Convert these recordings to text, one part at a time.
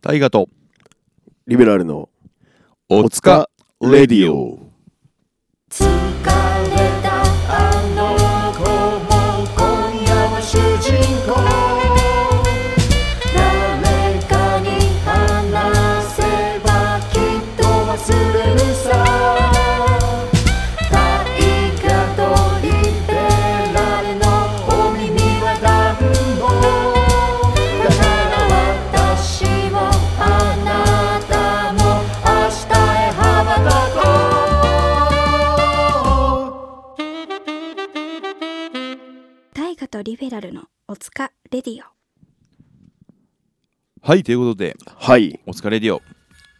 大河とリベラルのおつかレディオ疲れたあの子も今夜は主人公誰かに話せばきっと忘れるさ大河とリベラルのお耳は暖房だから私もあなたも明日へ羽ばたこう大河とリベラルのおつかレディオはいということではいおつかレディオ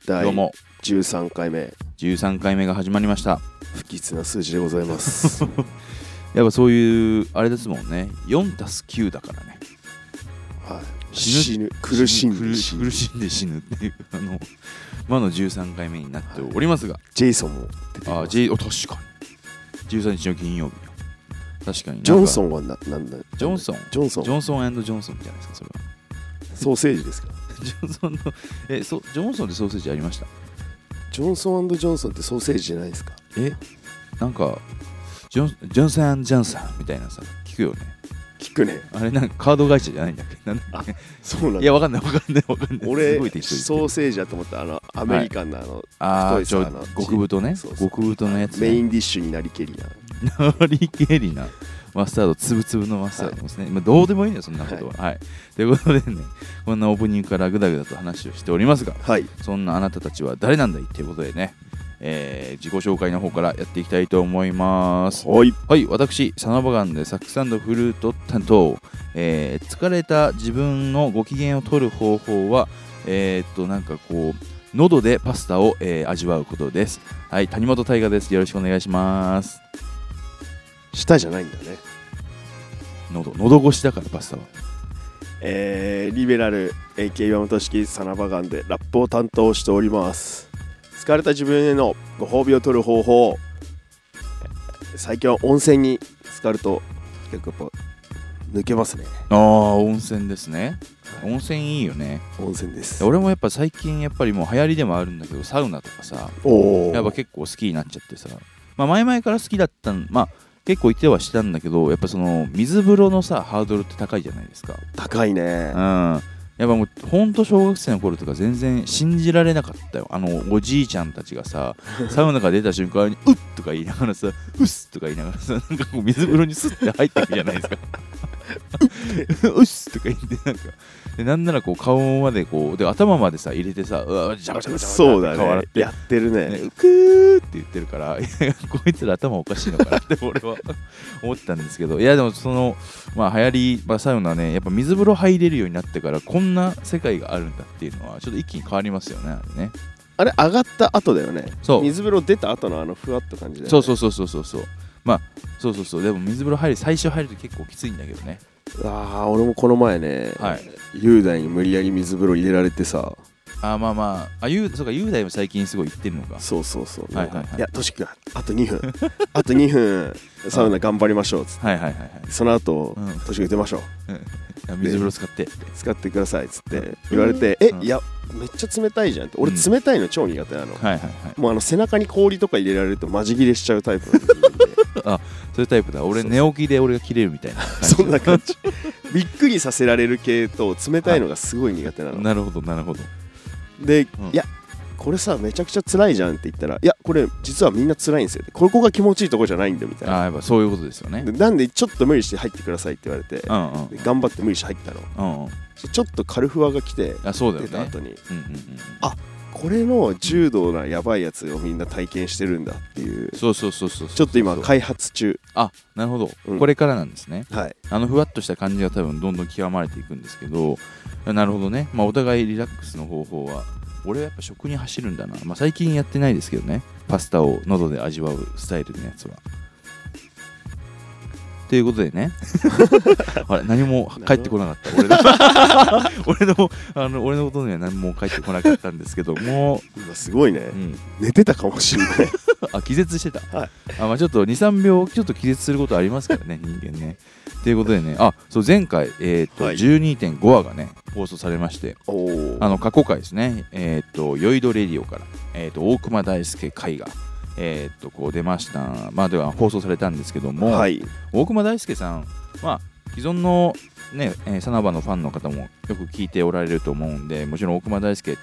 第どうも13回目13回目が始まりました不吉な数字でございます やっぱそういうあれですもんね4たす9だからねはい死ぬ死ぬ苦しんで死苦ぬし苦しんで死ぬっていうあのまあの13回目になっておりますが、ジェイソンも出てきあますジェイお確かに13日の金曜日確かになんかジョンソンはななんだジョンソンジョンソンジョンソンジョンソンじゃないですかそれは ソーセージですかジョンソンのえそジョンソンでソーセージありましたジョンソンジョンソンってソーセージじゃないですかえなんかジョンジョンソンジョンソンみたいなさ聞くよね聞くねあれなんかカード会社じゃないんだっけなんだっけそうなんいだやわかんないわかんないわかんない俺すごい適当言ってるソーセージだと思ったあのアメリカンなあのあ太あいちょさあの極太ねそうそう極太のやつ、ね、メインディッシュになりけりなハリケーンなマスタード、つぶつぶのマスタードですね。まあどうでもいいんだよ、そんなことは。はい。ということでね、こんなオープニングからグダグダと話をしておりますが、はいそんなあなたたちは誰なんだいということでね、えー自己紹介の方からやっていきたいと思います。はいはい、私、サナバガンでサックスフルート担当、えー疲れた自分のご機嫌を取る方法は、えーっと、なんかこう、喉でパスタを、えー味わうことです。はい、谷本大河です。よろしくお願いします。舌じゃないんだね喉喉越しだからパスタはえーリベラル AK 岩本式サナバガンでラップを担当しております疲れた自分へのご褒美を取る方法最近は温泉に浸かると結構やっぱ抜けますねああ温泉ですね温泉いいよね温泉です俺もやっぱ最近やっぱりもう流行りでもあるんだけどサウナとかさおおやっぱ結構好きになっちゃってさまあ前々から好きだったんまあ結構行ってはしてたんだけどやっぱその水風呂のさハードルって高いじゃないですか高いねうんやっぱもうほんと小学生の頃とか全然信じられなかったよあのおじいちゃんたちがさサウナから出た瞬間に「うっ!」とか言いながらさ「うっす!」とか言いながらさなんかこう水風呂にスッて入ってくじゃないですか うっすとか言ってなんかでなんならこう顔までこうで頭までさ入れてさうわジャバジャバジャバそうだ顔洗ねってやってるねねうくーって言ってるから いやこいつら頭おかしいのかなって 俺は思ったんですけどいやでもそのまあ流行り、まあ、サウナねやっぱ水風呂入れるようになってからこんな世界があるんだっていうのはちょっと一気に変わりますよねあれねあれ上がった後だよねそう水風呂出た後のあのふわっと感じだよねそうそうそうそうそうそうまあそうそうそうでも水風呂入る最初入ると結構きついんだけどねああ俺もこの前ね、はい雄大に無理やり水風呂入れられてさあーまあまああゆうそうか雄大も最近すごい行ってるのかそうそうそう、はいはいはいいやトシ君あと2分 あと2分サウナ頑張りましょうつってはいはいはいはいその後、うんトシ君出ましょうあ水風呂使ってって使ってくださいっつってうん言われて、え、うんいやめっちゃ冷たいじゃんって俺うん冷たいの超苦手なの、はいはいはいもうあの背中に氷とか入れられるとマジ切れしちゃうタイプの人間でそういうタイプだ俺そう寝起きで俺が切れるみたいな感じそんな感じびっくりさせられる系と冷たいのがすごい苦手な の、なるほどなるほどで、うんいやこれさめちゃくちゃ辛いじゃんって言ったらいやこれ実はみんな辛いんですよってここが気持ちいいとこじゃないんだよみたいあなあやっぱそういうことですよねでなんでちょっと無理して入ってくださいって言われてうんうんで頑張って無理して入ったのうんうんちょっとカルフワが来てあそうだよ出たね後にうんうんうんこれの柔道なやばいやつをみんな体験してるんだっていうそうそうそうそうそうちょっと今開発中あなるほど、うんこれからなんですねはいあのふわっとした感じが多分どんどん極まれていくんですけどなるほどねまあお互いリラックスの方法は俺はやっぱ食に走るんだな、まあ、最近やってないですけどねパスタを喉で味わうスタイルのやつはということで ねあれ何も返ってこなかった俺の俺の あの俺のことには何も返ってこなかったんですけども、今すごいね、うん、寝てたかもしれないあ気絶してた、はいあまあ、ちょっと23秒ちょっと気絶することありますから ね人間ねということでねあそう前回、えーとはい12.5話がね放送されましておおあの過去回ですね、えー、とヨイドレディオから、えー、と大熊大輔会が、えー、とこう出ました、まあ、では放送されたんですけども、はい大熊大輔さんは既存のね、えー、サナバのファンの方もよく聞いておられると思うんでもちろん大熊大輔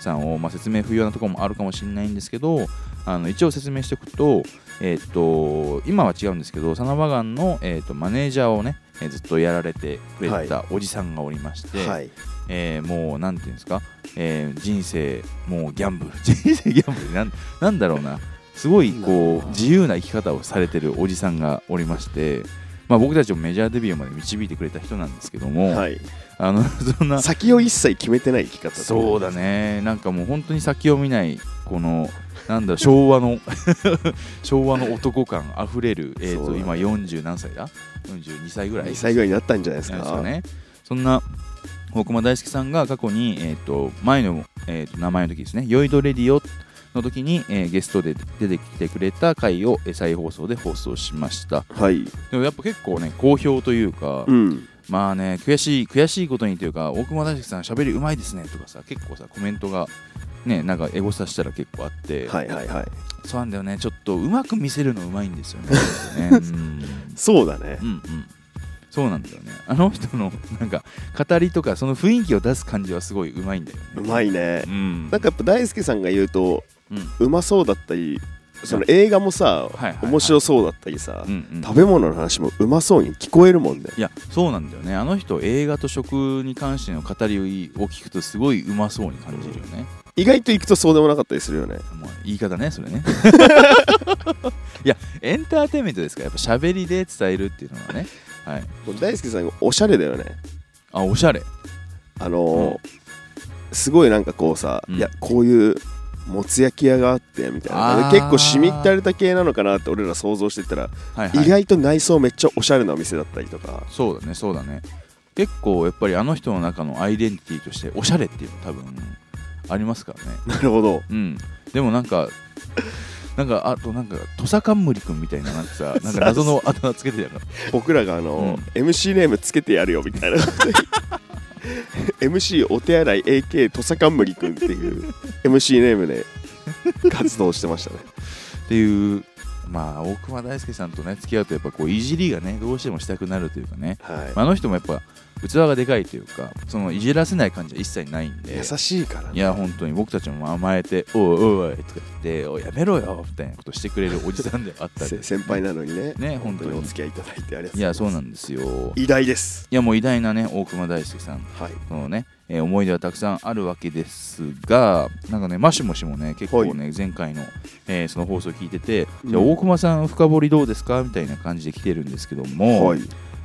さんを、まあ、説明不要なところもあるかもしれないんですけどあの一応説明しておくと,、えーっと今は違うんですけどサナバガンの、えーっとマネージャーをね、えーずっとやられてくれてたおじさんがおりまして、はいえーもうなんていうんですか、えー人生もうギャンブル 人生ギャンブルなんなんだろうなすごいこう自由な生き方をされてるおじさんがおりまして、まあ、僕たちをメジャーデビューまで導いてくれた人なんですけども、はいあの そんな先を一切決めてない生き方そうだねなんかもう本当に先を見ないこのなんだろう昭和の 昭和の男感あふれる、えーそうとだね今40何歳だ42歳ぐらい2歳ぐらいになったんじゃないですなんかですかね。そんな大熊大輔さんが過去に、えー、と前の、えー、と名前の時ですね、ヨイドレディオの時に、えーゲストで出てきてくれた回をえー再放送で放送しました。はいでもやっぱ結構ね、好評というか、うんまあね、悔しい、悔しいことにというか、大熊大輔さん、喋りうまいですねとかさ、結構さ、コメントが、ね、なんかエゴさしたら結構あって、はいはいはいそうなんだよね、ちょっとうまく見せるのうまいんですよね。 ねうんそうだねうんうんそうなんだよねあの人のなんか語りとかその雰囲気を出す感じはすごいうまいんだよねうまいねうんなんかやっぱ大輔さんが言うとうんうまそうだったりその映画もさいはいはい面白そうだったりさうんうん食べ物の話もうまそうに聞こえるもんねいやそうなんだよねあの人映画と食に関しての語りを聞くとすごいうまそうに感じるよね、意外と行くとそうでもなかったりするよねまあ、言い方ねそれ ねいやエンターテインメントですからやっぱ喋りで伝えるっていうのはねはいもう大輔さんがおしゃれだよねあおしゃれあのーすごいなんかこうさ、うんいやこういうもつ焼き屋があってみたいなあーで結構しみったれた系なのかなって俺ら想像してたら、はいはい意外と内装めっちゃおしゃれなお店だったりと かそうだねそうだね結構やっぱりあの人の中のアイデンティティとしておしゃれっていうの多分ありますからねなるほどうん、でもなんか、なんかあとなんか土佐冠君みたいななんか さ、なんか謎のあだ名つけてたから、僕らがあのー、MC ネームつけてやるよみたいな MC お手洗い AK 土佐冠くんっていう MC ネームで活動してましたねっていう、まあ大熊大輔さんとね付き合うとやっぱこういじりがねどうしてもしたくなるというかね、はい、まああの人もやっぱ器がでかいというか、そのいじらせない感じは一切ないんで。優しいからいねや本当に僕たちも甘えて「おいおいおい」とか言って「おいやめろよ」みたいなことしてくれるおじさんではあったりせ先輩なのにねね本当にお付き合いいただいてありがとうございますいやそうなんですよい偉大ですやもう偉大なね大熊大輔さんはいそのね、えー思い出はたくさんあるわけですが、なんかね、マシモシもね、結構ね、前回の、えーその放送聞いてて、うんじゃあ大熊さん、深掘りどうですかみたいな感じで来てるんですけども、はい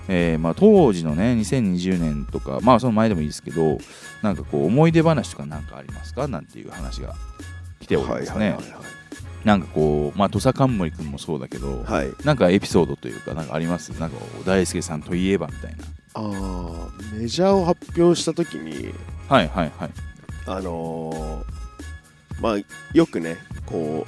えーまあ、当時のね、2020年とか、まあ、その前でもいいですけど、なんかこう、思い出話とかなんかありますかなんていう話が来ておりますね。なんかこう、まあ、土佐冠君もそうだけど、はいはいはい、はい、なんかエピソードというか、なんかありますなんか、大輔さんといえばみたいな。あーメジャーを発表した時にはいはいはい。あのーまあよくねこ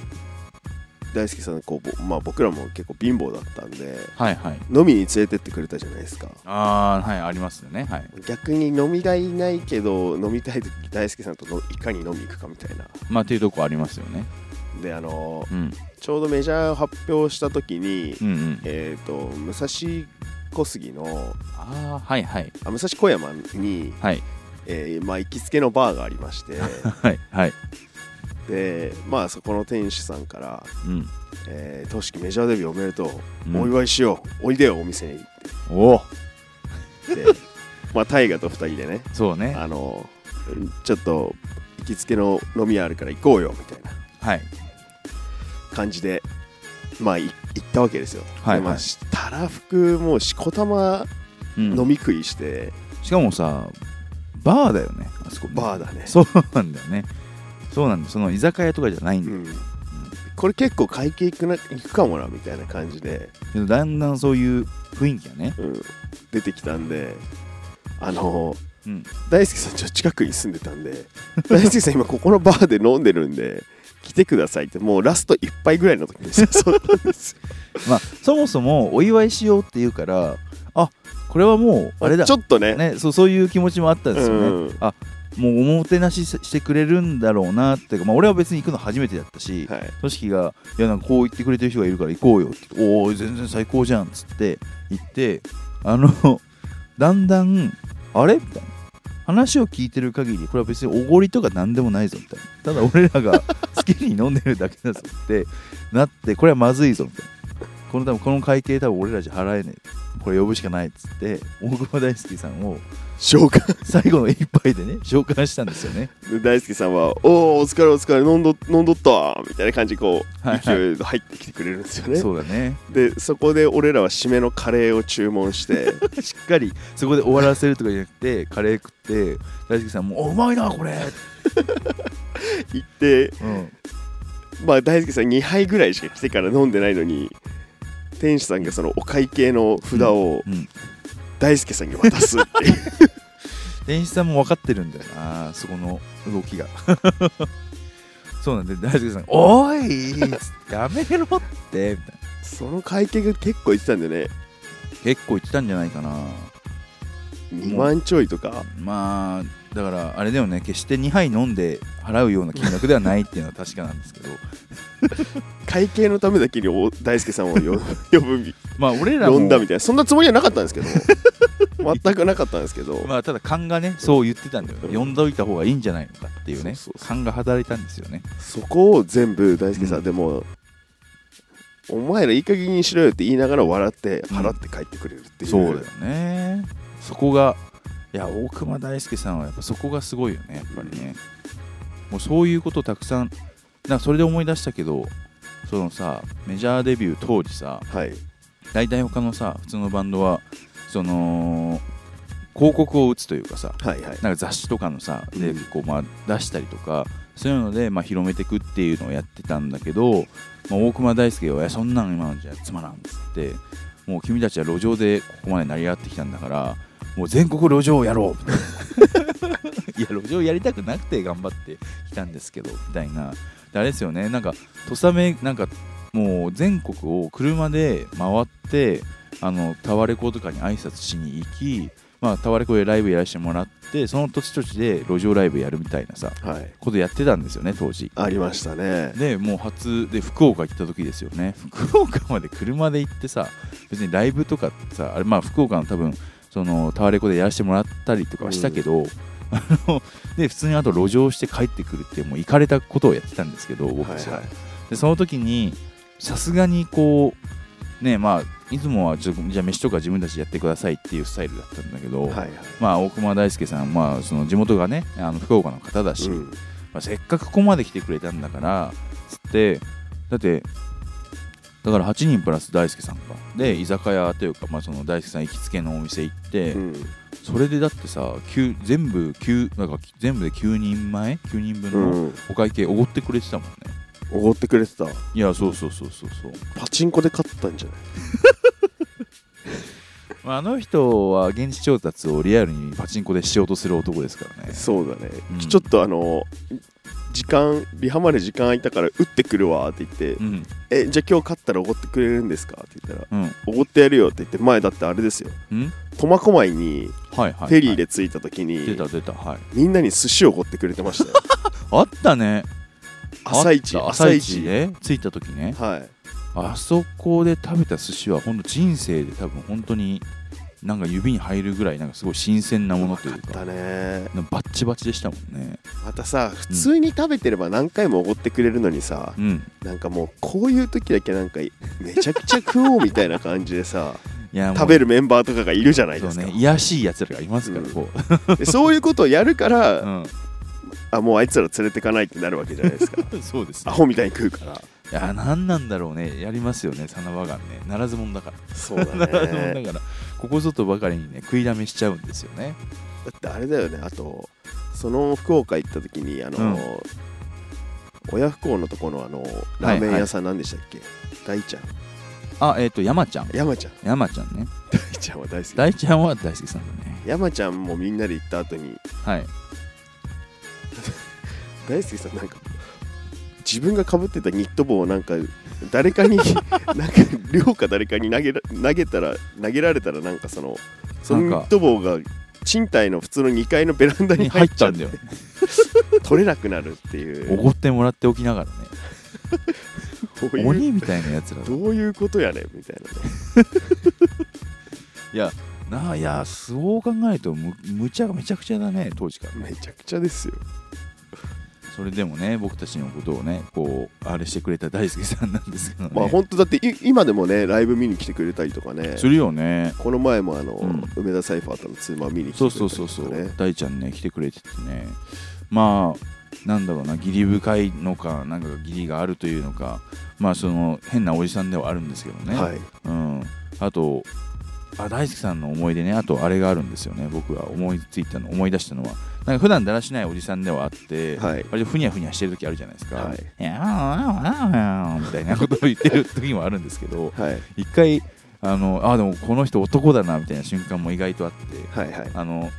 う大輔さんこう、ぼまあ、僕らも結構貧乏だったんではいはい。飲みに連れてってくれたじゃないですかああ、はい、ありますよね。はい。逆に飲み代ないけど飲みたい時大輔さんとのいかに飲み行くかみたいなまあ、っていうとこありますよね。であのーうん。ちょうどメジャーを発表した時に、うんうん。えっ、と武蔵小杉のああ、はいはい。あ武蔵小山に、はい。えーまあ、行きつけのバーがあり ましてはい。はい。で、まあ、そこの店主さんからうん。 「えー、トシキメジャーデビューおめでとう、うんお祝いしようおいでよお店に」っおお。てまあ大河と2人でねそうね。あのちょっと行きつけの飲み屋あるから行こうよみたいなはい。感じでまあい行ったわけですよ、はいでまはあいたらふくもうしこたまうん飲み食いして、しかもさ、バーだよね。あそこね。バーだねそうなんだよね。そうなんだ。その居酒屋とかじゃないんうだよ。ん、これ結構会計いくな行くかもなみたいな感じで、けどだんだんそういう雰囲気がね、うん、出てきたんであのうん、大輔さんちょっと近くに住んでたんで大輔さん今ここのバーで飲んでるんで来てくださいってもうラスト一杯ぐらいの時に 誘ったんですよまあそもそもお祝いしようって言うからあこれはもうあれだちょっとねね、そうそういう気持ちもあったんですよね、うんあもうおもてなししてくれるんだろうなっていうか、まあ、俺は別に行くの初めてだったし、はい、組織が「いやなんかこう言ってくれてる人がいるから行こうよ」って言って「おお全然最高じゃん」っつって行ってあの だんだん「あれ?」みたいな話を聞いてる限りこれは別におごりとか何でもないぞみたいなただ俺らが好きに飲んでるだけだぞってなってこれはまずいぞみたいなこの多分この会計多分俺らじゃ払えねえこれ呼ぶしかないっつって大久保大輔さんを召喚最後の一杯でね召喚したんですよねで大輔さんは「おおお疲れお疲れ飲んど飲んどったわ」みたいな感じでこう、はいはい勢いで入ってきてくれるんですよねそうだねでそこで俺らは締めのカレーを注文して しっかりそこで終わらせるとかじゃなくてカレー食って大輔さんも「おうまいなこれ!」行ってうんまあ大輔さん2杯ぐらいしか来てから飲んでないのに店主さんがそのお会計の札をうん、大輔さんに渡すっていう店主さんも分かってるんだよなそこの動きが そうなんで大輔さんが「おい!」やめろってみたいなその会計が結構言ってたんでね結構言ってたんじゃないかな2万ちょいとかまあだからあれだよね決して2杯飲んで払うような金額ではないっていうのは確かなんですけど会計のためだけにお大輔さんを呼 呼ぶみまあ俺らも呼んだみたいなそんなつもりはなかったん ですけど全くなかったんですけど、まあただ勘がねそう言ってたんだよね呼んどいた方がいいんじゃないのかっていうねそうそうそう勘が働いたんですよねそこを全部大輔さん、うんでもお前らいい加減にしろよって言いながら笑ってうん払って帰ってくれるっていう、そうだよねそこがいや大熊大輔さんはやっぱそこがすごいよねやっぱりね、もうそういうことをたくさんなんかそれで思い出したけどそのさメジャーデビュー当時さはい大体他のさ普通のバンドはその広告を打つというかさはいはいなんか雑誌とかのさうでんこうまあ出したりとか、そういうのでまあ広めてくっていうのをやってたんだけど、まあ、大熊大輔は「いやそんなん今のじゃつまらん」っつって「もう君たちは路上でここまで成り上がってきたんだからもう全国路上をやろう」みたい ないや路上やりたくなくて頑張ってきたんですけどみたいなであれですよねなんか土佐めなんかもう全国を車で回ってあのタワレコとかに挨拶しに行き、まあ、タワレコでライブやらせてもらってその土地土地で路上ライブやるみたいなさはいことやってたんですよね当時ありましたねでもう初で福岡行った時ですよね福岡まで車で行ってさ別にライブとかさあれまあ福岡の多分そのタワレコでやらせてもらったりとかはしたけど、あので普通にあと路上して帰ってくるっていうもう行かれたことをやってたんですけど僕はたちいは、はいでその時にさすがにこうねまあいつもはちょじゃあ飯とか自分たちでやってくださいっていうスタイルだったんだけど、はいはいまあ大熊大輔さん、まあ、その地元がねあの福岡の方だし、うんまあ、せっかくここまで来てくれたんだからつってだってだから8人プラス大輔さんがで居酒屋というか、まあ、その大輔さん行きつけのお店行って、うんそれでだってさ9全部9なんか全部で9人前9人分うのんお会計おごってくれてたもんね、おごってくれてたいやそうそうそうそうそうパチンコで勝ったんじゃないまあ、あの人は現地調達をリアルにパチンコでしようとする男ですからね。そうだね、うんちょっとあの時間リハまで時間空いたから打ってくるわって言ってう「ん、えじゃあ今日勝ったらおごってくれるんですか?」って言ったらうん、 「おごってやるよ」って言って前だってあれですようん、苫小牧にはいはい。フェリーで着いた時に、出た出た、はい。みんなに寿司をおごってくれてましたよあったね。朝 一あった朝一で着いた時ね。はいあそこで食べた寿司は本当人生で多分本当になんか指に入るぐらいなんかすごい新鮮なものというかだねなんかバッチバチでしたもんね。またさ普通に食べてれば何回もおごってくれるのにさう、ん、なんかもうこういう時だけなんかめちゃくちゃ食おうみたいな感じで さいやもう食べるメンバーとかがいるじゃないそでうすかね、いやしいやつらがいますから、うんこう。でそういうことをやるから、うあもうあいつら連れてかないってなるわけじゃない ですかん、 そうです、アね。ホみたいに食うからいや、なんなんだろうね。やりますよね、サナバガンね。ならず者だから。そうだねだからここぞとばかりにね食いだめしちゃうんですよねだってあれだよねあとその福岡行った時にあの、親不孝のとこのあのラーメン屋さんなんでしたっけ、大ちゃんあえっ、と山ちゃん山ちゃん山ちゃんね大ちゃんは大好き大ちゃんは大好きさんだね山ちゃんもみんなで行った後にはい大輔さんなんか自分がかぶってたニット帽をなんか 誰かになんか寮か誰かに投げら投げたら投げられたらなんかそのそのなんニかット帽が賃貸の普通の2階のベランダに入入っっちゃたっんだてよね取れなくなるっていうおごってもらっておきながらねどういう鬼みたいなやつらだどういうことやねんみたいなねいやないやそう考えるとむむちゃめちゃくちゃだね当時からねめちゃくちゃですよそれでもね僕たちのことをねこうあれしてくれた大輔さんなんですけどね、まあ本当だってい今でもねライブ見に来てくれたりとかねするよねこの前もあの、うん梅田サイファーとのツーマン見に来そてくうれたりそとうか、ね、そうそう大ちゃんね来てくれててねまあなんだろうな義理深いのかなんか義理があるというのかまあその変なおじさんではあるんですけどね、はいうん、あとあ大輔さんの思い出ねあとあれがあるんですよね僕が思いついたの思い出したのはなんか普段だらしないおじさんではあって、はい割とふにゃふにゃしてる時あるじゃないですか、はいやああああみたいなことを言ってる時もあるんですけ どはい一回あのあでもこの人男だなみたいな瞬間も意外とあってはいはいあの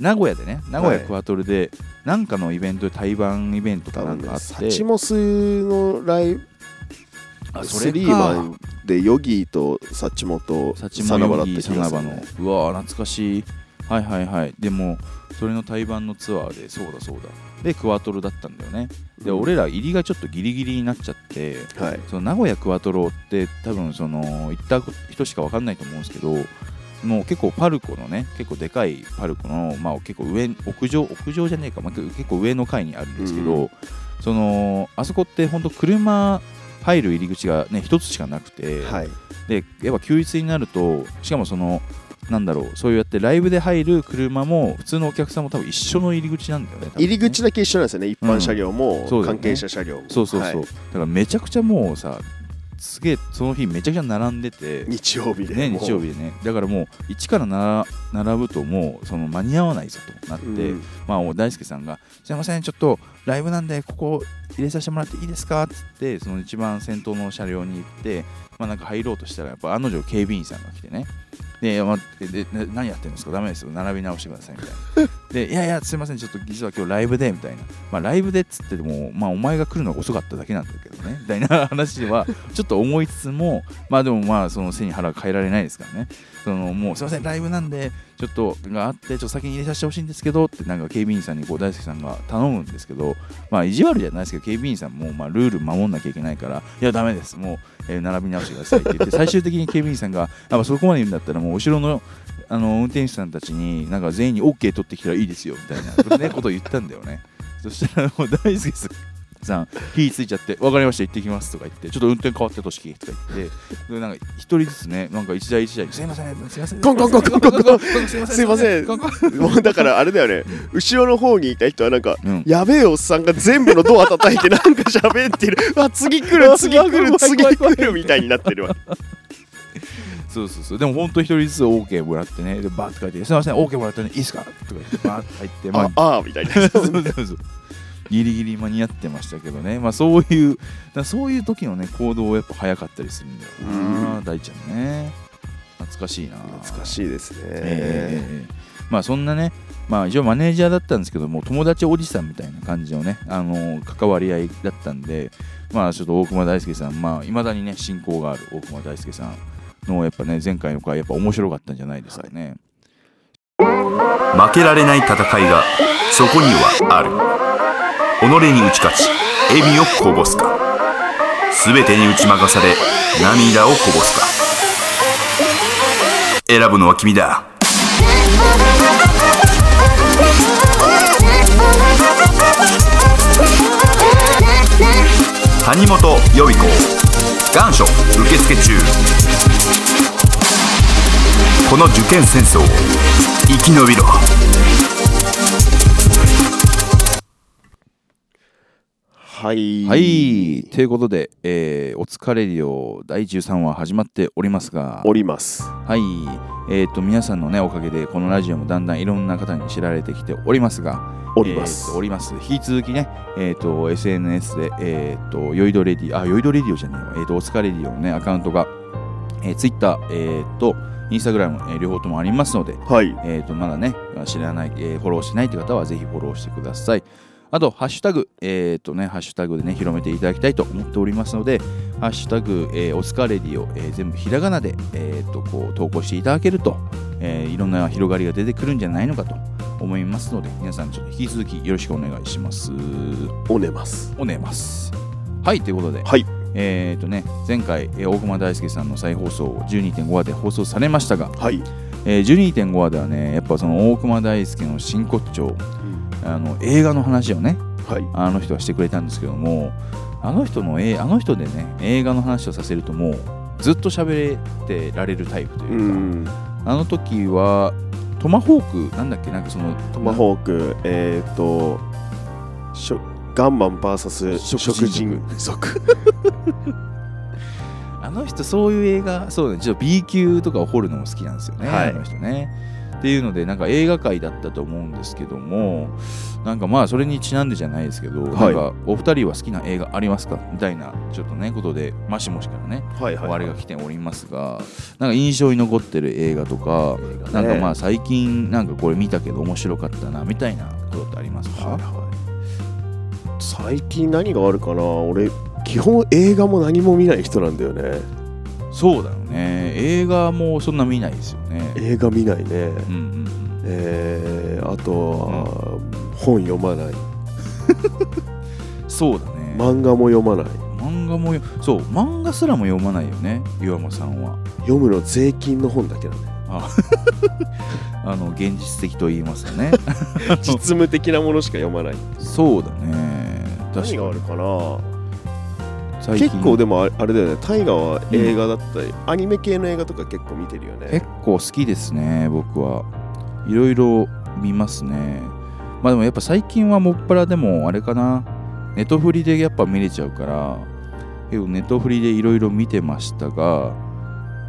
名古屋でね名古屋はいクワトルで、なんかのイベントで対バンイベントか多なん分かあね、っサてチモスのライブあそスれリーかマンでヨギーとサチモとサチサナモバだヨった気ギがーすサるね、ナバのうわー懐かしいはいはいはいでもそれの対バンのツアーでそうだそうだでクワトロだったんだよねで、俺ら入りがちょっとギリギリになっちゃってはいその名古屋クワトロって多分その行った人しか分かんないと思うんですけどもう結構パルコのね結構でかいパルコの、まあ、結構上屋上屋上じゃねえか、まあ、け結構上の階にあるんですけど、うそのあそこって本当車入る入り口がね一つしかなくて、はいでやっぱ休日になるとしかもそのなんだろうそうやってライブで入る車も普通のお客さんも多分一緒の入り口なんだよね多分ね入り口だけ一緒なんですよね一般車両もそうだよ関ね係者車両も、そうそうそう、はいだからめちゃくちゃもうさすげえその日めちゃくちゃ並んでて、日曜日で、ね、もう日曜日でねだからもう一からなら並ぶともうその間に合わないぞとなって、うんまあ、大輔さんが「すいませんちょっとライブなんでここ入れさせてもらっていいですか?」っつってその一番先頭の車両に行って、まあ、なんか入ろうとしたらやっぱ案の定警備員さんが来てね「でいや待ってでな何やってるんですかダメですよ並び直してください」みたい な「でいやいやすいませんちょっと実は今日ライブで」みたいな「まあ、ライブで」っつっても、まあ、お前が来るのが遅かっただけなんだけどねみたいな話はちょっと思いつつもまあでもまあその背に腹が変えられないですからねそのもうすいませんライブなんでちょっとがあってちょっと先に入れさせてほしいんですけどってなんか警備員さんにこう大輔さんが頼むんですけどまあ意地悪じゃないですけど警備員さんもまあルール守んなきゃいけないからいやダメですもう、えー並び直してくださいって言って最終的に警備員さんがあそこまで言うんだったらもう後ろのあの運転手さんたちになんか全員に OK 取ってきたらいいですよみたいな、ね、ことを言ったんだよね そしたらもう大輔さんさん火ついちゃって「分かりました行ってきます」とか言って「ちょっと運転変わってとしき」とか言ってでなんか一人ずつねなんか一台一台に「すいませんすいませんコンコンコンコンコンコンすいませんすいませんコンコンもうだからあれだよね後ろの方にいた人はなんか、うんやべえおっさんが全部のドア 叩いてなんか喋ってるうわ次来る次来る次来るみたいになってるわそうそうそうでも本当一人ずつ OK もらってねでバーって書いて「すいません OK もらったんでいいっすか?」とか言ってバーって入ってまあああーみた いなそうそうそうそうギリギリ間に合ってましたけどね、まあ、そういうだからそういう時のね行動やっぱ早かったりするんだよな、大ちゃんね懐かしいな懐かい、しいですね、ええええええまあそんなねまあ一応マネージャーだったんですけども友達おじさんみたいな感じのね、あの関わり合いだったんでまあちょっと大熊大輔さんまあいまだにね親交がある大熊大輔さんのやっぱね前回の回やっぱ面白かったんじゃないですかね、負けられない戦いがそこにはある己に打ち勝ち笑みをこぼすか全てに打ち負かされ涙をこぼすか選ぶのは君だ谷本予備校願書受付中この受験戦争を生き延びろはいはい、ということで、えーお疲れ量第13話始まっておりますが、おりますはい、えー、と皆さんの、ね、おかげでこのラジオもだんだんいろんな方に知られてきておりますが、おりますえー、とおります引き続きね、えー、と SNS で、えー、とよいどレディあよいどレディオじゃないわ、えー、とおつかレディオの、ね、アカウントが、えー、Twitter、えー、と Instagram、えー両方ともありますので、はいえー、とまだね知らない、えーフォローしないという方はぜひフォローしてくださいあと、ハッシュタグ、えっ、とね、ハッシュタグでね、広めていただきたいと思っておりますので、ハッシュタグ、えー、オスカーレディを、えー全部ひらがなで、えっ、と、こう、投稿していただけると、えーいろんな広がりが出てくるんじゃないのかと思いますので、皆さん、ちょっと引き続きよろしくお願いします。おねますお願いします。はい、ということで、はいえっ、とね、前回、えー大熊大輔さんの再放送を12.5話で放送されましたが、はいえー、12.5話ではねやっぱその大熊大輔の真骨頂あの映画の話をねはいあの人はしてくれたんですけどもあの人のえあの人でね映画の話をさせるともうずっと喋ってられるタイプといううか、んあの時はトマホークなんだっけなんかそのトマホークえっ、ー、としょガンマン VS 食食人人族あの人そういう映画そうねちょっと B 級とかを掘るのも好きなんですよね、はいあの人ねっていうのでなんか映画界だったと思うんですけどもなんかまあそれにちなんでじゃないですけど、はいなんかお二人は好きな映画ありますかみたいなちょっとねことでましもしからねはい 終わりが来ておりますがなんか印象に残ってる映画とか映な画んねかまあ最近なんかこれ見たけど面白かったなみたいなことってありますはいかはい最近何があるかな俺基本映画も何も見ない人なんだよねそうだよね映画もそんな見ないですよね映画見ないねうんうんうんえー、あとは、本読まないそうだね、漫画も読まない漫画もよそう漫画すらも読まないよね岩間さんは読むの税金の本だけなん だよあの現実的と言いますか ね実務的なものしか読まないそうだね確何があかるかな最近結構でもああれだよね大河は映画だったり、アニメ系の映画とか結構見てるよね結構好きですね僕はいろいろ見ますねまあでもやっぱ最近はもっぱらでもあれかなネトフリでやっぱ見れちゃうから結構ネトフリでいろいろ見てましたが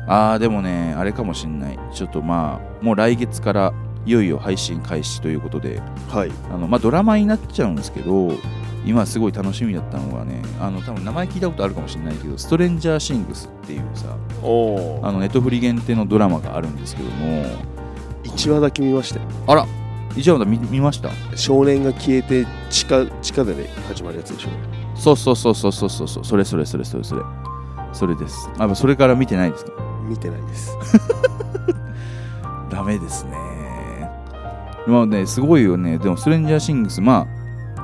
あーでもねあれかもしんないちょっとまあもう来月からいよいよ配信開始ということではいあのまあ、ドラマになっちゃうんですけど今すごい楽しみだったのがねあの多分名前聞いたことあるかもしれないけど「ストレンジャーシングス」っていうさおおあのネットフリ限定のドラマがあるんですけども1話だけ見ましたよあら一応まだ見見ました少年が消えて地下地下で、ね、始まるやつでしょそうそうそうそうそうそうそうそれそれそれそれそれそれですあそれから見てないですか見てないですダメですね。まあね、すごいよね。でも、ストレンジャーシングス、ま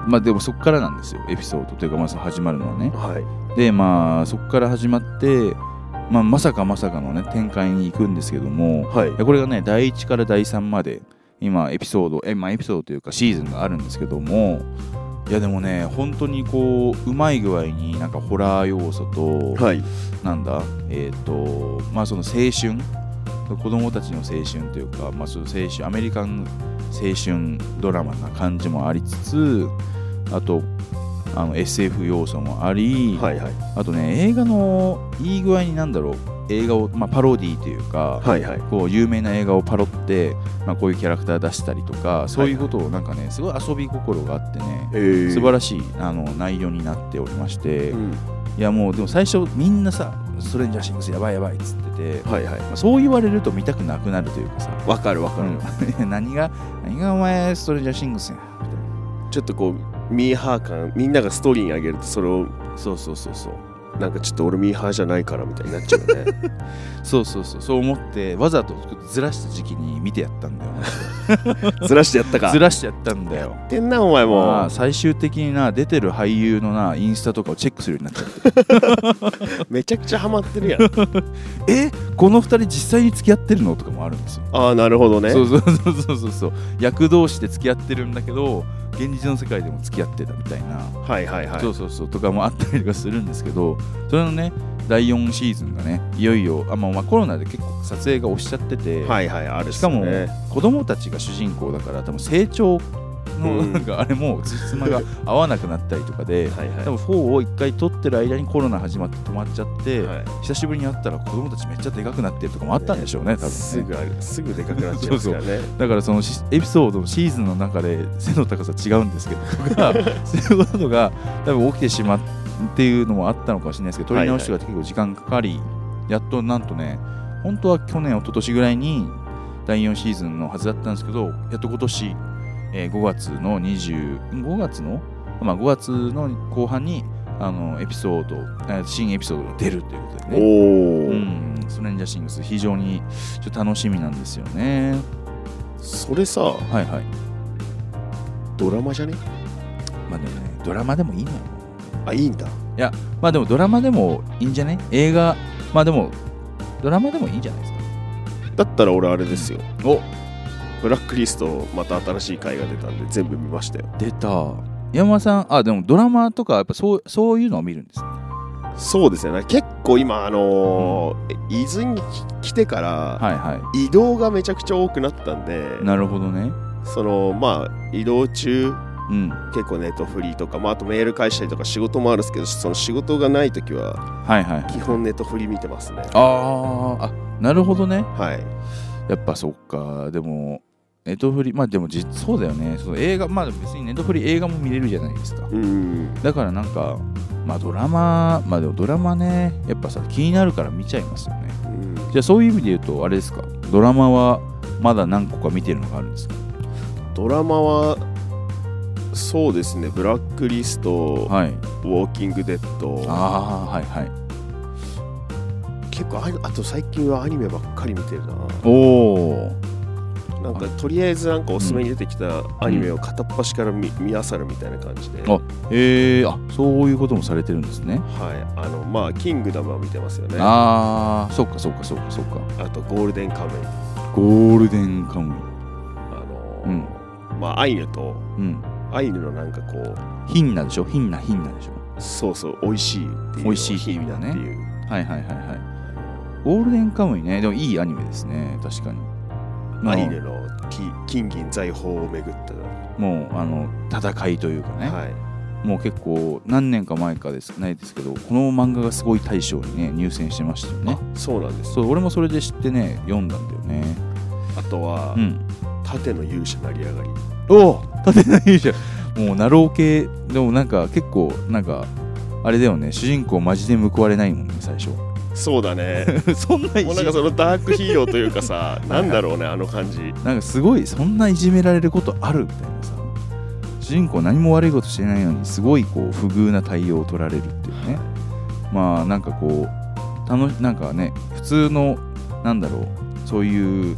あ、まあでもそこからなんですよ、エピソードというか、まあその始まるのはね。はいで、まあ、そこから始まって、まあ、まさかまさかのね、展開に行くんですけども、はいいやこれがね、第1から第3まで、今、エピソード、え、まあ、エピソードというか、シーズンがあるんですけども、いや、でもね、本当にこう、うまい具合に、なんかホラー要素と、はいなんだ、えっ、と、まあその青春、子供たちの青春というか、まあその青春、アメリカン青春ドラマな感じもありつつ、あと、あの SF 要素もあり、はいはいあとね、映画のいい具合になんだろう、映画を、まあ、パロディというか、はいはいこう有名な映画をパロって、まあ、こういうキャラクター出したりとかそういうことをなんかねすごい遊び心があってねえー素晴らしいあの内容になっておりまして、うんいやもうでも最初みんなさストレンジャーシングスやばいやばいっつってて、はいはいまあそう言われると見たくなくなるというかさ、わかるわかる、うん 何が何がお前ストレンジャーシングスやみたいなちょっとこうミーハー感みんながストーリーにあげるとそれをそうそうそうそうなんかちょっと俺ミーハーじゃないからみたいになっちゃうよね そうそうそうそう思ってわざとずらした時期に見てやったんだよずらしてやったかずららしてやったんだよってんなお前まもあ最終的にな出てる俳優のなインスタとかをチェックするようになっちゃってめちゃくちゃハマってるやんえこの2人実際に付き合ってるのとかもあるんですよああなるほどねそうそうそうそうそうそう役同士で付き合ってるんだけど現実の世界でも付き合ってたみたいな、はいはいはいそうそうそうとかもあったりとかするんですけどそれのね第4シーズンがねいよいよあ、まあ、まあコロナで結構撮影が押しちゃってて、はいはいあるっしすかよもね子供たちが主人公だから多分成長のうんなんか あれもつじつまが合わなくなったりとかではいはい多分4を1回取ってる間にコロナ始まって止まっちゃって、はい久しぶりに会ったら子供たちめっちゃでかくなってるとかもあったんでしょうね多分ねすぐあるすぐでかくなっちゃいますからねだからそのシエピソードシーズンの中で背の高さ違うんですけどとかそういうことが多分起きてしまうっていうのもあったのかもしれないですけど取り直しとか結構時間かかり、やっとなんとね本当は去年一昨年ぐらいに第4シーズンのはずだったんですけどやっと今年、えー5月の25月の、まあ、5月の後半にあのエピソードえー新エピソードが出るということでね。おお、うん、ストレンジャーシングス非常にちょっと楽しみなんですよね。それさはいはい。ドラマじゃねまあでもね、ドラマでもいいのよ。あいいんだまあでもドラマでもいいんじゃね映画、まあでもドラマでもいいんじゃないですか。だったら俺あれですよおブラックリストまた新しい回が出たんで全部見ましたよ出た。山間さん、あ、でもドラマとか、やっぱそうそういうのを見るんですね。そうですよね結構今あのー伊豆に来てから、はいは移動がめちゃくちゃ多くなったんでい。なるほどね。そのまあ移動中うん。結構ネットフリーとか、まあ、あとメール返したりとか仕事もあるんですけどその仕事がない時ははいはいはい。基本ネットフリー見てますねあーあ、なるほどね。はいやっぱそっか、でも、ネットフリ、まあでも実、そうだよね。その映画、まあでも別にネットフリ映画も見れるじゃないですか。うんだからなんか、まあドラマ、まあでもドラマね、やっぱさ、気になるから見ちゃいますよね。うんじゃあそういう意味で言うとあれですかドラマはまだ何個か見てるのがあるんですかドラマはそうですねブラックリスト、はいウォーキングデッドああはいはい結構ああと最近はアニメばっかり見てるなおおなんかとりあえずなんかおすすめに出てきたアニメを片っ端から見,、見漁るみたいな感じで、あえー、あそういうこともされてるんですねはいあのまあキングダムは見てますよねあああそっかそっかそっかそっかとゴールデンカムイゴールデンカムあのうまあアイヌとイうんアイヌのなんかこうヒンナでしょヒンナヒンナでしょそうそう美味しいっていう美味しいって日いう意味々だだねっていうはいはいはいはいゴールデンカムイねでもいいアニメですね確かにまあアイヌのき金銀財宝をめぐった、もうあの戦いというかね、はいもう結構何年か前かですないですけどこの漫画がすごい大賞にね入選してましたよねそうなんですそう俺もそれで知ってね読んだんだよねあとは、うん盾の勇者成り上がりおお立てない勇者もうナロー系でもなんか結構なんかあれだよね主人公マジで報われないもんね最初そうだ ね そんなもういなじんかそのダークヒーローというか さなんだろうねあの感じなんかすごいそんないじめられることあるみたいなさ主人公何も悪いことしてないのにすごいこう不遇な対応を取られるっていうねまあなんかこう楽しなんかね普通のなんだろうそういう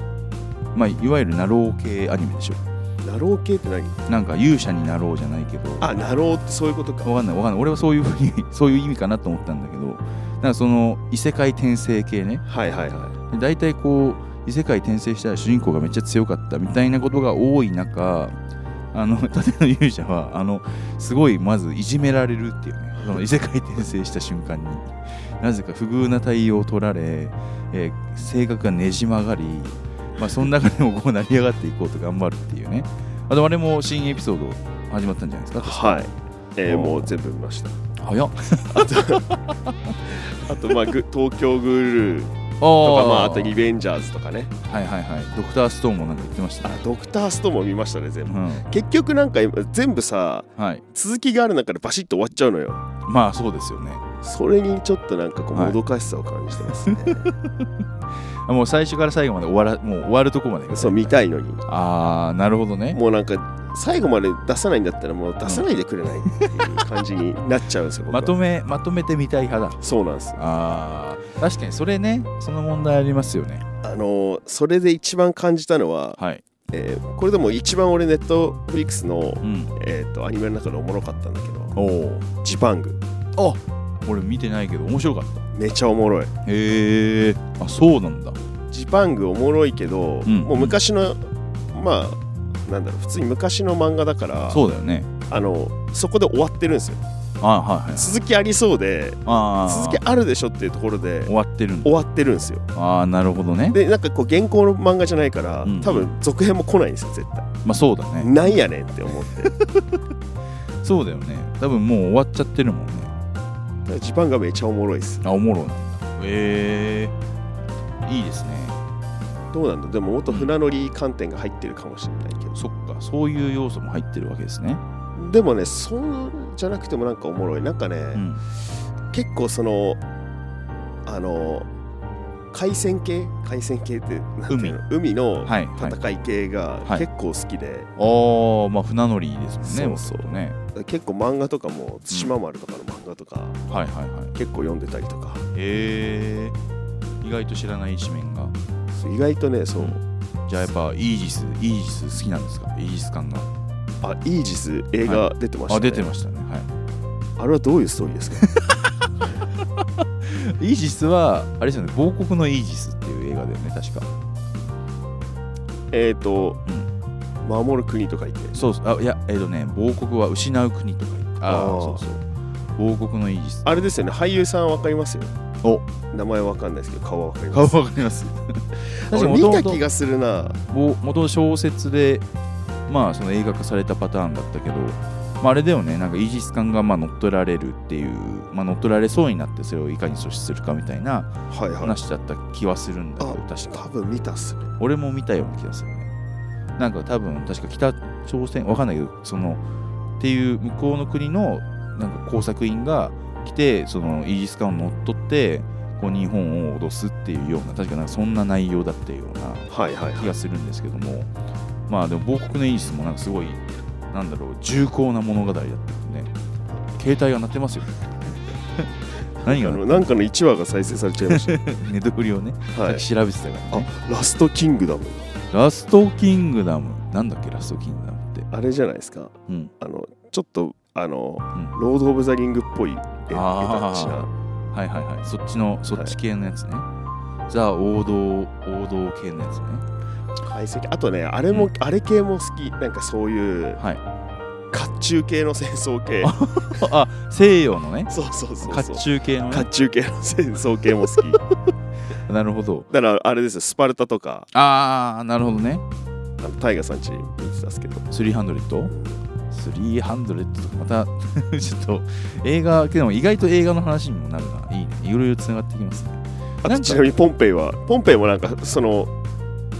まあいわゆるナロー系アニメでしょナロー系って何なんか勇者になろうじゃないけどあナローってそういうことかわかんないわかんない俺はそういうふうにそういう意味かなと思ったんだけどなんかその異世界転生系ねはいはいはで大体こう異世界転生したら主人公がめっちゃ強かったみたいなことが多い中あの 盾の勇者はあのすごいまずいじめられるっていうねその異世界転生した瞬間になぜか不遇な対応を取られ、えー性格がねじ曲がり、まあ、その中でもこう成り上がっていこうと頑張るっていうねあとあれも新エピソード始まったんじゃないですか確かいはいえーもう全部見ました早っあとまあ グ東京グルーとあかーま ああとリベンジャーズとかねはいはいはいドクターストーンもなんか言ってましたあねドクターストーンも見ましたね全う部ん結局なんか今全部さはい続きがある中でバシッと終わっちゃうのよまあそうですよねそれにちょっとなんかこうはいもどかしさを感じてますね、 あもう最初から最後まで終わらもう終わるとこまでそう見たいのにああなるほどねもうなんか最後まで出さないんだったらもう出さないでくれないっていう感じになっち ゃうんですよ僕はまとめまとめてみたい派だそうなんですあー確かにそれねその問題ありますよねあのーそれで一番感じたのは、はいえーこれでも一番俺ネットフリックスの、うんえー、とアニメの中でおもろかったんだけどおお「ジパングあ俺見てないけど面白かっ」めちゃおもろいたへえあそうなんだジパングおもろいけど、うんもう昔のまあなんだろう普通に昔の漫画だからそうだよねあのそこで終わってるんですよあはいはい続きありそうであー続きあるでしょっていうところで終わってるんだ終わってるんですよああなるほどねでなんかこう原稿の漫画じゃないから、うん多分続編も来ないんですよ絶対、まあそうだねなんやねんって思ってだかそうだよね多分もう終わっちゃってるもんねらジパンがめちゃおもろいですあおもろいなへえいいですねどうなんだでももっと船乗り観点が入ってるかもしれないけどそっかそういう要素も入ってるわけですねでもねそうじゃなくてもなんかおもろいなんかね、うん結構そのあの海鮮系海鮮系ってなんていうの海のはいはい戦い系がはい結構好きで、ああまあ船乗りですもんねそうそうもとね結構漫画とかも対馬丸とかの漫画とかはいはいはい結構読んでたりとかへえ意外と知らない一面がそう意外とねそう、じゃあやっぱイージスイージス好きなんですかイージス感があイージス映画出てましたね、あ出てましたねはいあれはどういうストーリーですかイージスはあれですよね「亡国のイージス」っていう映画だよね確か えっと、うん守る国とか言ってそうそうあいやえっ、とね「亡国は失う国」とか言ってあああーそうそう「亡国のイージス」あれですよね俳優さんわかりますよお名前わかんないですけど顔はわかり顔ますわかり ます確俺か見元た々気がするなもともと小説で、まあ、その映画化されたパターンだったけど、まあ、あれだよねなんかイージス艦がまあ乗っ取られるっていう、まあ、乗っ取られそうになってそれをいかに阻止するかみたいなはいはい話だった気はするんだけどあ確多か分見たっすね俺も見たような気がするねなんか多分確か北朝鮮わかんないけどそのっていう向こうの国のなんか工作員が来てそのイージス艦を乗っ取ってこう日本を脅すっていうような確かなんかそんな内容だったようなはいはい気はいがするんですけども、まあでも亡国のイージスもなんかすごいなんだろう重厚な物語だったんでね携帯が鳴って ますよ何あがのなんかの1話が再生されちゃいま しネトフリをね、たはいさっき調べてたから、あね、ラストキングダムラストキングダムなんだっけラストキングダムってあれじゃないですかうんあのちょっとあの、んロード・オブ・ザ・リングっぽい絵絵あーだしなはいはいはいそっちのそっち系のやつね、ザ王道王道系のやつね解析あとねあれも、うんあれ系も好きなんかそういうはい甲冑系の戦争系 あ西洋のねそうそうそう甲そう冑系の甲ね冑系の戦争系も 好きだかなるほどらあれですよスパルタとかああなるほどねあのタイガさんち見てたんですけど300 300とかまた ちょっと映画でも意外と映画の話にもなるないいねいろいろつながってきますねあなんかとちなみにポンペイはポンペイもなんかその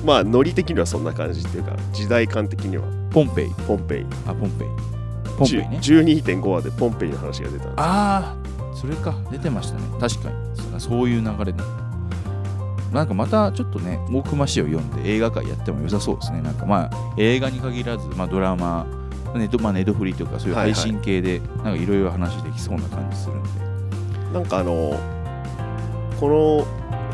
まあノリ的にはそんな感じっていうか時代感的にはポンペイポンペイあポンペイポンペイね10 12.5話でポンペイの話が出たんですああそれか出てましたね確かにそそういう流れだなんかまたちょっとね大熊氏を読んで映画界やっても良さそうですねなんかまあ映画に限らず、まあ、ドラマネット、まあ、ネットフリーとかそういう配信系でなんかいろいろ話できそうな感じするんで、なんかあのこ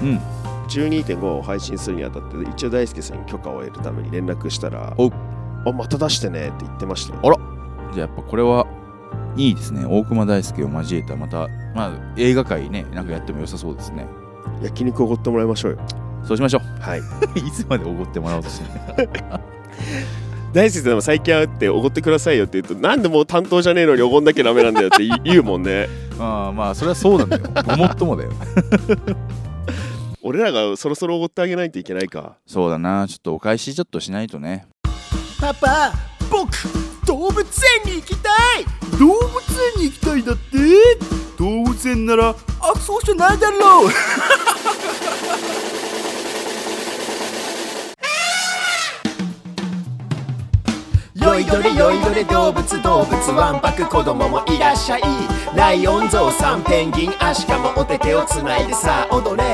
うんの12.5を配信するにあたって一応大輔さんに許可を得るために連絡したらおあまた出してねって言ってましたよあじゃあやっぱこれはいいですね大熊大輔を交えたまた、まあ、映画界ねなんかやっても良さそうですね焼肉おごってもらいましょうよそうしましょはいう いつまでおごってもらおうとしてるんだ大輔さんも最近会っておごってくださいよって言うとなんでもう担当じゃねえのにおごんなきゃダメなんだよって言い言うもんね まあまあそれはそうなん だよごもっともだよ 俺らがそろそろおごってあげないといけないかそうだなちょっとお返しちょっとしないとねパパ僕動物園に行きたい動物園に行きたいだって動物園ならあそうじゃないだろうよいどれよいどれ動物動物わんぱく子供もいらっしゃいライオンゾウさんペンギンアシカもお手手をつないでさあ踊れ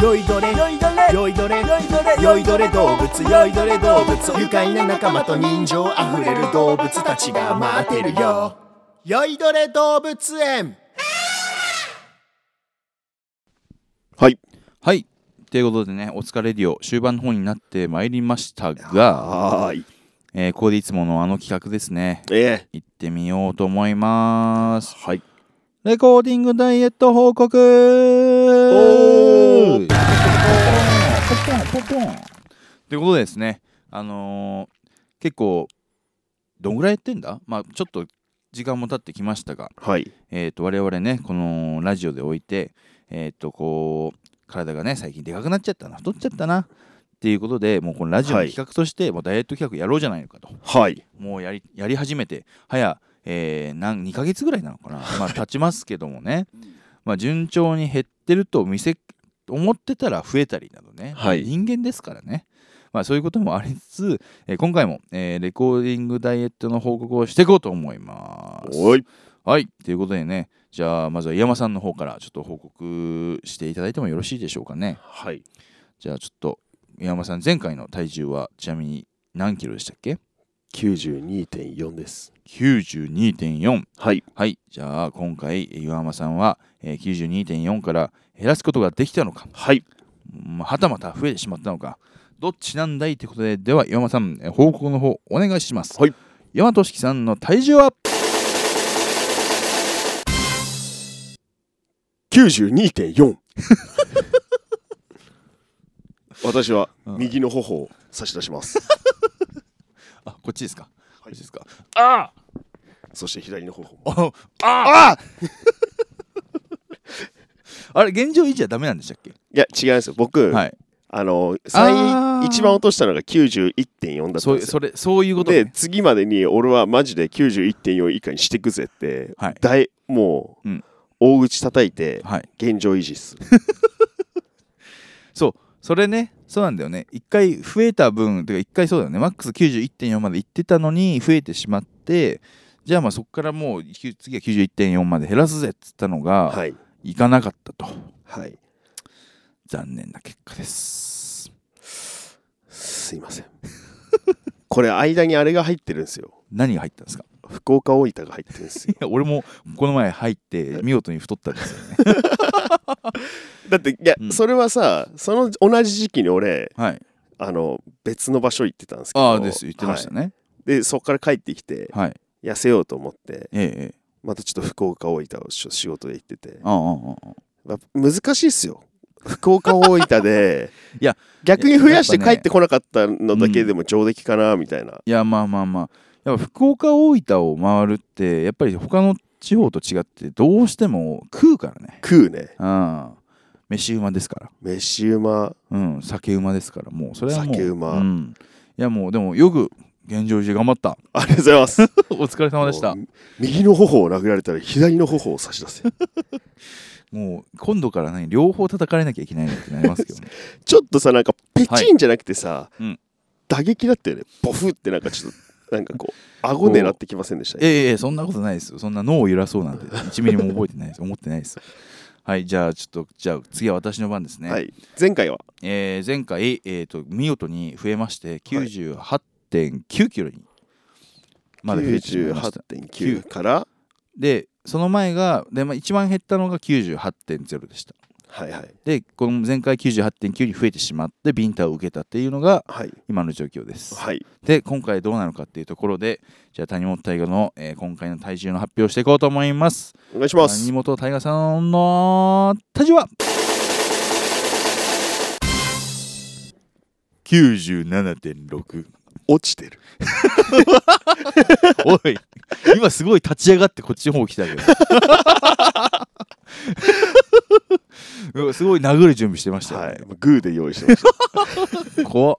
よいどれよいどれよいどれよいどれよいどれ動物よいどれ動物愉快な仲間と人情あふれる動物たちが待ってるよよいどれ動物園はいはいということでねお疲れディオ終盤の方になってまいりましたが、はーいえーここでいつものあの企画ですねええ行ってみようと思いますはいレコーディングダイエット報告おポンーポンポンポンということでですね、あのー結構どんぐらいやってんだまあちょっと時間も経ってきましたが、はいえー、と我々ねこのラジオでおいて、えー、とこう体がね最近でかくなっちゃったな太っちゃったなっていうことでもうこのラジオのはい企画として、もうダイエット企画やろうじゃないのかとはいもうやりやり始めて早、えー、なん2ヶ月ぐらいなの かな、まあ、経ちますけどもね、まあ、順調に減ってると見せ思ってたら増えたりなどね、はい人間ですからね、まあ、そういうこともありつつ、えー今回も、えーレコーディングダイエットの報告をしていこうと思います。おいはい、ということでね、じゃあまずは井山さんの方からちょっと報告していただいてもよろしいでしょうかね。はいじゃあちょっと井山さん、前回の体重はちなみに何キロでしたっけ92.4です。 ?92.4。はいはい、じゃあ今回井山さんは、えー92.4から減らすことができたのか、はいまあはたまた増えてしまったのか、どっちなんだいということで、では井山さん、えー報告の方お願いします。はい。井山俊樹さんの体重は92.4 私はうん右の頬を差し出し ます。あこっちですか、こっちですかそして左の頬も。あああ あれ現状維持はダメなんでしたっけいや違いますよ。僕、はいあのあ最ー一番落としたのが91.4だったんそうですそよ。れそういうことでね次までに俺はマジで91.4以下にしてくぜって、はい大もう、うん大口叩いてはい現状維持っす。そうそれねそうなんだよね一回増えた分てか一回そうだよねマックス91.4まで行ってたのに増えてしまってじゃあまあそこからもうきゅ次は91.4まで減らすぜっつったのが、はいい、かなかったとはい残念な結果ですすいません。 これ間にあれが入ってるんですよ。何が入ったんですか福岡大分が入ってるんですよ いや俺もこの前入って見事に太ったんですよねだっていや、うんそれはさその同じ時期に俺 はいあの別の場所行ってたんですけどああです言ってましたはねいでそこから帰ってきてはい、痩せようと思ってええええまたちょっと福岡大分をし仕事で行っててああああああやっぱ難しいっすよ 福岡大分で いや逆に増やしてやっぱね帰ってこなかったのだけでも上出来かなみたいな、いやまあまあまあやっぱ福岡大分を回るってやっぱり他の地方と違ってどうしても食うからね食うねうん飯馬ですから飯うまうん酒馬ですからもうそれはもう酒馬うん、いやもうでもよく現状維持頑張ったありがとうございます お疲れ様でしたもう右の頬を殴られたら左の頬を差し出せ もう今度からね両方叩かれなきゃいけないのってなります けどねちょっとさなんかペチンじゃなくてさ、いうん打撃だったよねボフってなんかちょっとなんか こう顎狙ってきませんでしたいやいやいやそんなことないですよそんな脳を揺らそうなんて1ミリも覚えてないです思ってないですはいじゃあちょっとじゃあ次は私の番ですねはい、前回はえー前回、えー、と見事に増えまして98.9キロにまで増えてしまいました。 98.9からでその前がで、まあ、一番減ったのが98.0でした。はいはいでこの前回98.9に増えてしまってビンタを受けたっていうのがはい今の状況です。はいで今回どうなのかっていうところでじゃあ谷本大河の、えー今回の体重の発表をしていこうと思います。お願いします谷本大河さんの体重は97.6落ちてるおい今すごい立ち上がってこっちの方来たけどうわすごい殴る準備してましたはよ、いねグーで用意してまし怖っ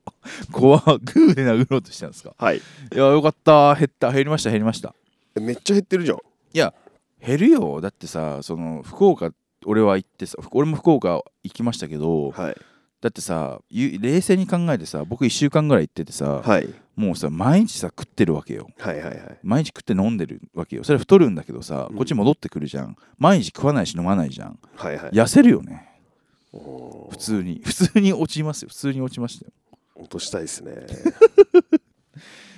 怖っグーで殴ろうとしたんですかたはいいやよかった減った減りました減りましためっちゃ減ってるじゃんいや減るよだってさその福岡俺は行ってさ俺も福岡行きましたけど、はいだってさゆ冷静に考えてさ僕1週間ぐらい行っててさ、はいもうさ毎日さ食ってるわけよはいはいはい毎日食って飲んでるわけよそれは太るんだけどさ、うんこっち戻ってくるじゃん毎日食わないし飲まないじゃんはいはい痩せるよねお普ー通に普 通に落ちますよ普通に落ちましたよ落としたいですね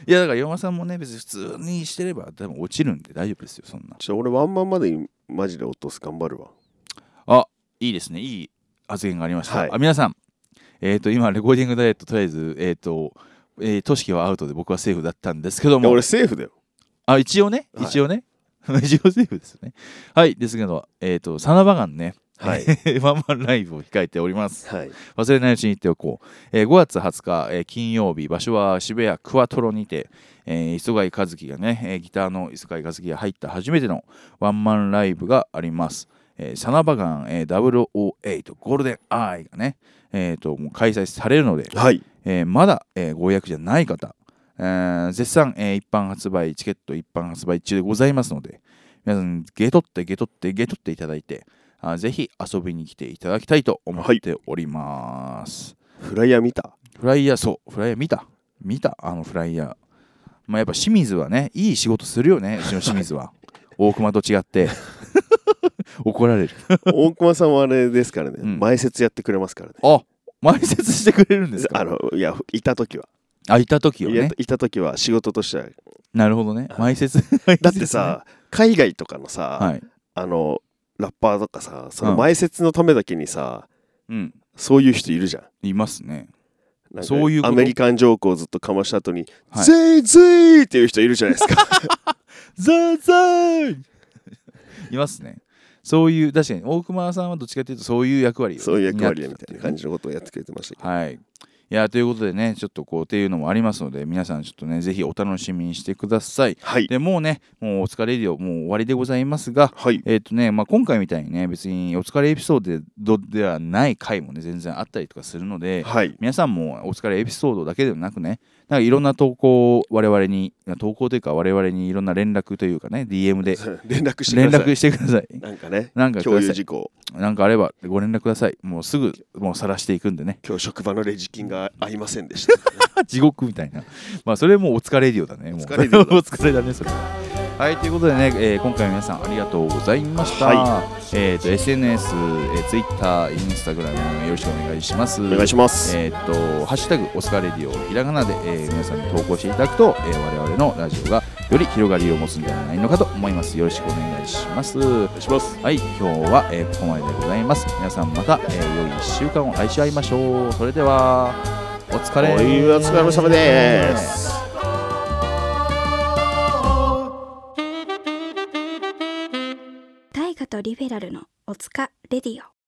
いやだから山さんもね別に普通にしてれば多分落ちるんで大丈夫ですよそんなちょっと俺ワンマンまでにマジで落とす頑張るわいいですねいい発言がありました、はいあ皆さんえっ、と今レコーディングダイエットとりあえずえっ、とえー、トシキはアウトで僕はセーフだったんですけどいやも俺セーフだよあ一応ね はい一応ね、一応セーフですよねはいですけどえっ、とサナバガンねはい。 ワンマンライブを控えております。はい。忘れないうちに言っておこう。えー5月20日、えー金曜日、場所は渋谷クワトロにて、えー磯貝和樹がね、えーギターの磯貝和樹が入った初めてのワンマンライブがあります。えーサナバガン、えー008ゴールデンアイがね、えーともう開催されるので、はい。えーまだ、えーご予約じゃない方、えー絶賛、えー一般発売、チケット一般発売中でございますので、皆さん、ゲトって、ゲトって、ゲトっていただいて、あーぜひ遊びに来ていただきたいと思っております。フライヤー 見たフライヤー、そう、フライヤー見た見たあのフライヤー。まあ、やっぱ清水はね、いい仕事するよね、うちの清水 は。大熊と違って。怒られる。大熊さんはあれですからね、うん前説やってくれますからね。あ前説してくれるんですかあの、いや、いた時は。あ、いた時はいやね。いた時は仕事としては。なるほどね。前説。 だってさ、海外とかのさ、 はい。あの、ラッパーとかさ、そのうん前説のためだけにさ、うん。そういう人いるじゃん。いますね。なんかそういうことアメリカンジョークをずっとかました後に、はいぜいぜいっていう人いるじゃないですか。ザーザー いますね。そういう、確かに大熊さんはどっちかというとそういう役割をそういう役割で担みってたたっていなうね感じのことをやってくれてましたけど。はい。いやということでね、ちょっとこうっていうのもありますので、皆さんちょっとね、ぜひお楽しみにしてください。はい。でもうね、もうお疲れディオ、もう終わりでございますが、はい。えっ、とね、まあ、今回みたいにね、別にお疲れエピソードではない回もね、全然あったりとかするので、はい。 皆さんもお疲れエピソードだけではなくね、なんかいろんな投稿を我々に、投稿というか我々にいろんな連絡というかね、DM で連絡して連ください。絡してください。なんかね、なんかく共だ有さ事項、い。なんかあればご連絡ください。もうすぐもう晒していくんでね。今日職場のレジ金が合いませんでした。地獄みたいな。まあそれもうお疲れディオだね。もうお疲れディオ だお疲れだね、それ。はい、ということでね、えー今回皆さんありがとうございました。はえっ、と、SNS、えー、Twitter、Instagram よろしくお願いします。お願いします。えーっと、ハッシュタグオスカレディオひらがなで、えー皆さんに投稿していただくと、えー我々のラジオがより広がりを持つんじゃないのかと思います。よろしくお願いします。お願いします。はい、今日は、えーここまででございます。皆さんまた、えー良い1週間を来週会いましょう。それでは、お疲れ。お疲れ様です。大河とリベラルのおつかレディオ